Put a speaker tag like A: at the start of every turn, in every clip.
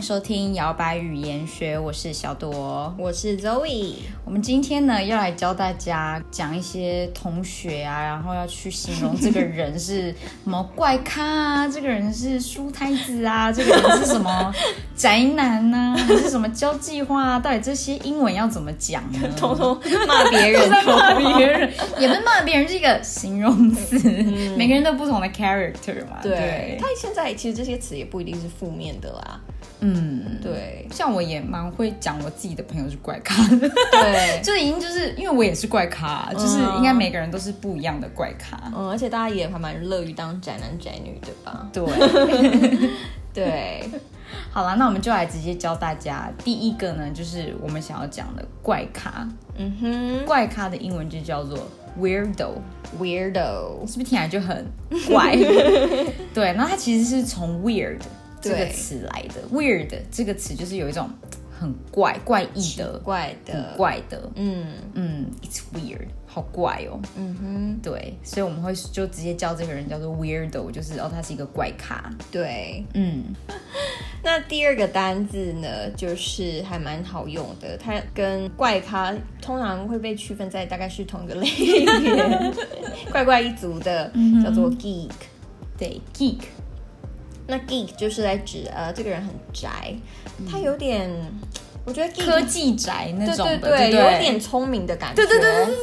A: 收听摇摆语言学，我是小朵。
B: 我是 Zoe，
A: 我们今天呢，要来教大家讲一些同学啊，然后要去形容这个人是什么怪咖啊，这个人是书呆子啊，这个人是什 么宅男呐、还是什么交际花啊？到底这些英文要怎么讲呢？
B: 偷偷骂别人，
A: 在骂别 人，也不是骂别人，是一个形容词。每个人都有不同的 character 嘛。
B: 嗯对，他现在其实这些词也不一定是负面的啦。
A: 嗯，
B: 对
A: 像我也蛮会讲我自己的朋友是怪咖的，
B: 对，
A: 就已经就是因为我也是怪咖，啊
B: 嗯
A: 就是应该每个人都是不一样的怪咖。
B: 嗯，而且大家也还蛮乐于当宅男宅女的 吧？
A: 对，
B: 对，
A: 好了，那我们就来直接教大家第一个呢，就是我们想要讲的怪咖。
B: 嗯哼
A: 怪咖的英文就叫做 weirdo，
B: ，weirdo，
A: 是不是听起来就很 怪？对，那它其实是从 weird 这个
B: 对
A: 词来的。weird 这个词就是有一种很怪、怪异的、
B: 怪的
A: 很，怪的。
B: 嗯
A: 嗯，it's weird，好怪哦。
B: 嗯
A: 对，所以我们会就直接叫这个人叫做 weirdo，就是哦，他是一个怪咖。
B: 哼，对。
A: 嗯，
B: 那第二个单字呢，就是还蛮好用的，它跟怪咖通常会被区分在大概是同一个类 别，怪怪一族的叫做 geek。
A: 对，geek，
B: 那 geek 就是在指呃这个人很宅，他有点，我觉得 geek
A: 科技宅那
B: 对
A: 种
B: 对
A: 的，对不对，
B: 有点聪明的感觉，
A: 对对对对对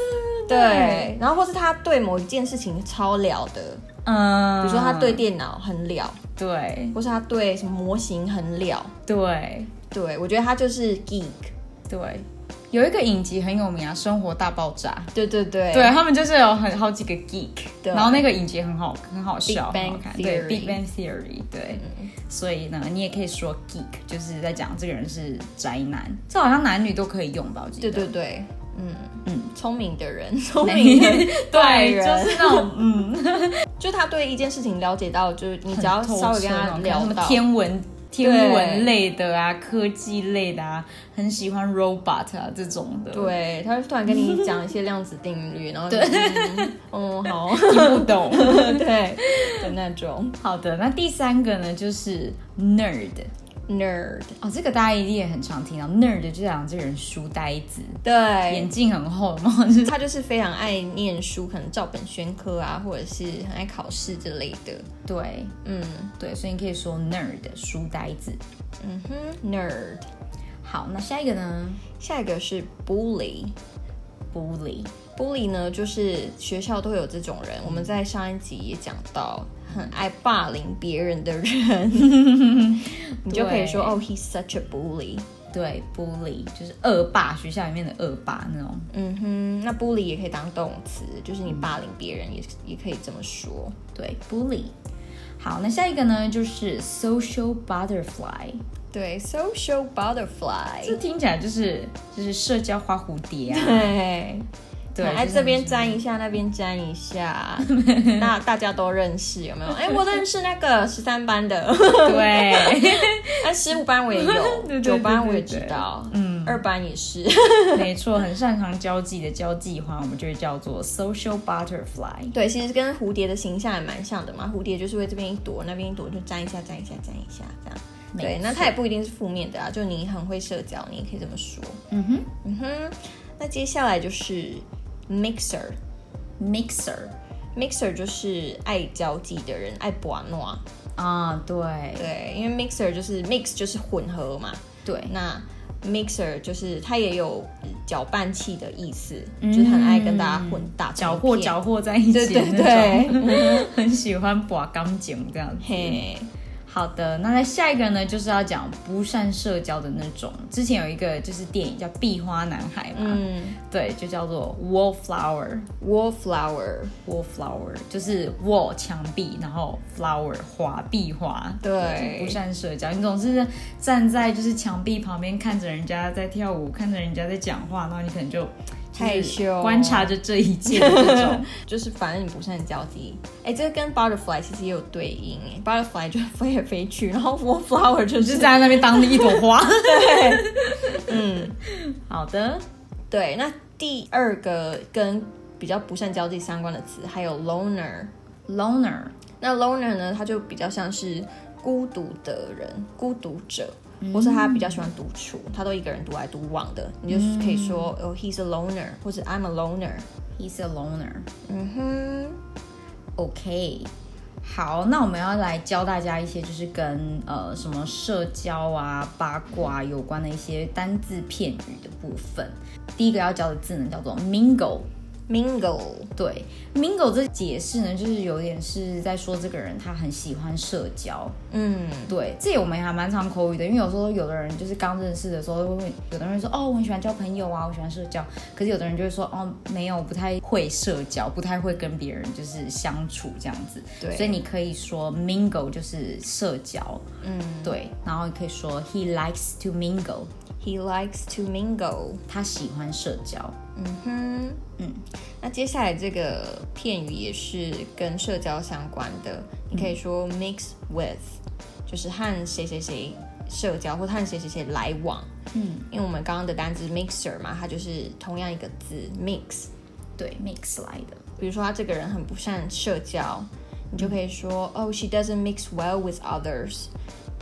A: 对
B: 对，然后或是他对某一件事情超了的，
A: 嗯，
B: 比如说他对电脑很了，
A: 对
B: 或是他对什么模型很了，
A: 对
B: 对我觉得他就是 geek，
A: 对，有一个影集很有名啊，《生活大爆炸》。
B: 对对对
A: 对啊他们就是有很好几个 geek，
B: 对
A: 然后那个影集很好，很好笑，
B: Big
A: 很
B: Bang
A: 好看。对
B: Theory 嗯
A: ，Big Bang Theory，对，所以呢，你也可以说 geek，就是在讲这个人是宅男，这好像男女都可以用吧？我记得。
B: 对对对，嗯
A: 嗯
B: 嗯，聪明 的人，聪明 的怪
A: 对，
B: 人，
A: 就是那 种嗯，
B: 就他对一件事情了解到，就是你只要
A: 很透
B: 稍微跟
A: 彻那
B: 他
A: 种
B: 聊
A: 看什么
B: 到，
A: 天文。天文类的啊，科技类的啊，很喜欢 robot 啊这种的，，
B: 对，他就突然跟你讲一些量子定律，然后对，嗯，嗯好，
A: 听不懂。
B: 对的那种
A: 好的，那第三个呢，就是 nerd
B: nerd，
A: 哦，这个大家一定也很常听到，nerd 就讲这个人书呆子，眼
B: 对，
A: 镜很厚嘛，就是
B: 他就是非常爱念书，可能照本宣科啊，或者是很爱考试之类的，
A: 对
B: 嗯
A: 对，所以你可以说 nerd 书呆子。
B: 嗯哼，nerd。
A: 好，那下一个呢
B: 下一个是 bully。
A: ，bully，
B: bully 呢，就是学校都会有这种人。我们在上一集也讲到，很爱霸凌别人的人， 你就可以说
A: 对
B: 哦、h e s such a bully。
A: 对，bully 就是恶霸，学校里面的恶霸那种。
B: 嗯哼，那 bully 也可以当动词，就是你霸凌别人也也可以这么说。
A: 对，bully。好，那下一个呢，就是 social butterfly，
B: 对，social butterfly，
A: 这听起来就是就是社交花蝴蝶啊，
B: 对，
A: 对，
B: 哎，
A: 就是
B: 这边沾一下，那边沾一 下，那大家都认识有没有？哎，我认识那个十三班的，
A: 对，
B: 哎，十五班我也
A: 对对对
B: 有，九班我也
A: 对
B: 知
A: 对
B: 道，嗯，二班也是，
A: 没错，很擅长交际的交际花，我们就会叫做 social butterfly。
B: 对，其实跟蝴蝶的形象也蛮像的嘛，蝴蝶就是会这边一朵，那边一朵，就沾一下，沾一下，沾一下这样。对，那它也不一定是负面的啊，就你很会社交，你也可以这么说。
A: 嗯哼
B: 嗯哼，那接下来就是 mixer。
A: ，mixer
B: Mixer 就是爱交际的人，爱玩闹。
A: 啊，对
B: 对，因为 mixer 就是 mix 就是混合嘛，
A: 对
B: 那 mixer 就是它也有搅拌器的意思，就是很爱跟大家混打成
A: 嗯搅和
B: 一片
A: 搅和在一起
B: 对对
A: 那种， 对很喜欢把钢琴这样子。
B: 嘿，
A: 好的，那在下一个呢，就是要讲不善社交的那种。之前有一个就是电影叫《壁花男孩》嘛，
B: 嗯
A: 对，就叫做 Wallflower。
B: ，wallflower，
A: Wallflower 就是 wall 墙壁，然后 flower 花壁花。
B: 对
A: 不善社交，你总是站在就是墙壁旁边看着人家在跳舞，看着人家在讲话，然后你可能就就是
B: 害羞
A: 观察着这一切的这种。
B: 就是反正你不善交际。哎，这个跟 butterfly 其实也有对应哎，butterfly 就是飞来飞去，然后 wallflower
A: 就
B: 就
A: 是是在那边当一朵 花。
B: 嗯，
A: 好的，
B: 对。那第二个跟比较不善交际相关的词还有 loner。
A: loner，
B: 那 loner 呢，它就比较像是孤独的人、孤独者，
A: 嗯
B: 或是他比较喜欢独处，他都一个人独来独往的，你就是可以说
A: 嗯
B: 哦、h e s a loner，或者 I'm a loner。
A: He's a loner。
B: 嗯哼，
A: OK，好，那我们要来教大家一些就是跟呃什么社交啊、八卦有关的一些单字片语的部分。第一个要教的字呢叫做 mingle。
B: mingle，
A: 对，mingle 这解释呢，就是有点是在说这个人他很喜欢社交，
B: 嗯，
A: 对，这也我们还蛮常口语的，因为有时候有的人就是刚认识的时候，会问有的人说哦，我很喜欢交朋友啊，我喜欢社交，可是有的人就会说哦，没有，不太会社交，不太会跟别人就是相处这样子。
B: 对
A: 所以你可以说 mingle 就是社交，
B: 嗯，
A: 对，然后你可以说 he likes to mingle，
B: He likes to mingle。
A: 他喜欢社交。
B: 嗯哼，嗯。那接下来这个片语也是跟社交相关的，你可以说 mix with，就是和谁谁谁社交，或和谁谁谁来往。
A: 嗯，
B: 因为我们刚刚的单词 mixer 嘛，它就是同样一个字 mix。
A: 对，mix 来的。
B: 比如说他这个人很不善社交，你就可以说、哦，she doesn't mix well with others，、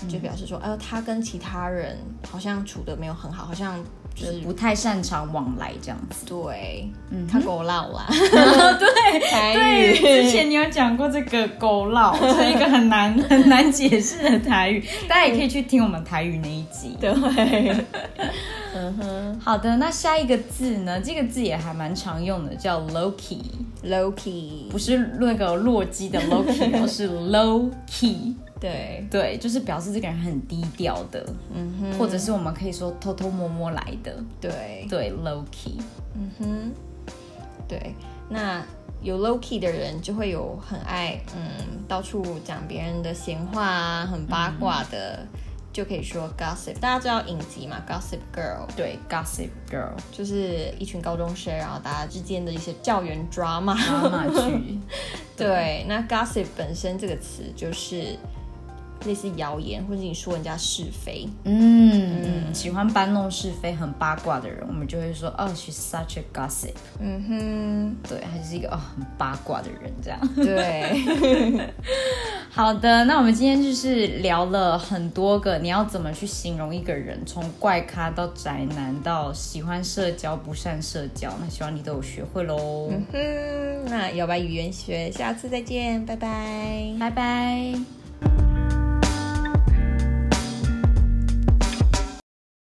B: 就表示说，哦，他跟其他人好像处的没有很好，好像就
A: 就是是不太擅长往来这样子。
B: 对，嗯，他狗闹 啦，
A: 对
B: 台
A: 对，
B: 语
A: 之前你有讲过这个“狗 闹”是一个很难很难解释的台语，大家也可以去听我们台语那一集。
B: 嗯对，
A: 好的，那下一个字呢？这个字也还蛮常用的，叫 “Loki”，
B: ，Loki，
A: 不是那个洛基 的 Loki，而是 Loki。
B: 对，
A: 对，就是表示这个人很低调的，
B: 嗯哼，
A: 或者是我们可以说偷偷摸摸来的。
B: 对，
A: 对，Loki。
B: 嗯哼，对，那。有 low key 的人就会有很爱，嗯，到处讲别人的闲话啊，很八卦的，就可以说 gossip。大家知道影集嘛，Gossip Girl，
A: 对，Gossip Girl
B: 就是一群高中生，然后大家之间的一些校园 drama。
A: 妈妈剧。
B: 对，那 gossip 本身这个词就是类似谣言，或者你说人家是非。
A: 嗯，嗯，喜欢搬弄是非、很八卦的人，我们就会说，哦，she's such a gossip，
B: 嗯
A: 对，她就是一个哦很八卦的人这样。
B: 哼，对，
A: 好的，那我们今天就是聊了很多个，你要怎么去形容一个人，从怪咖到宅男，到喜欢社交、不善社交，那希望你都有学会喽，
B: 嗯嗯，那摇摆语言学，下次再见，拜拜。
A: 拜拜。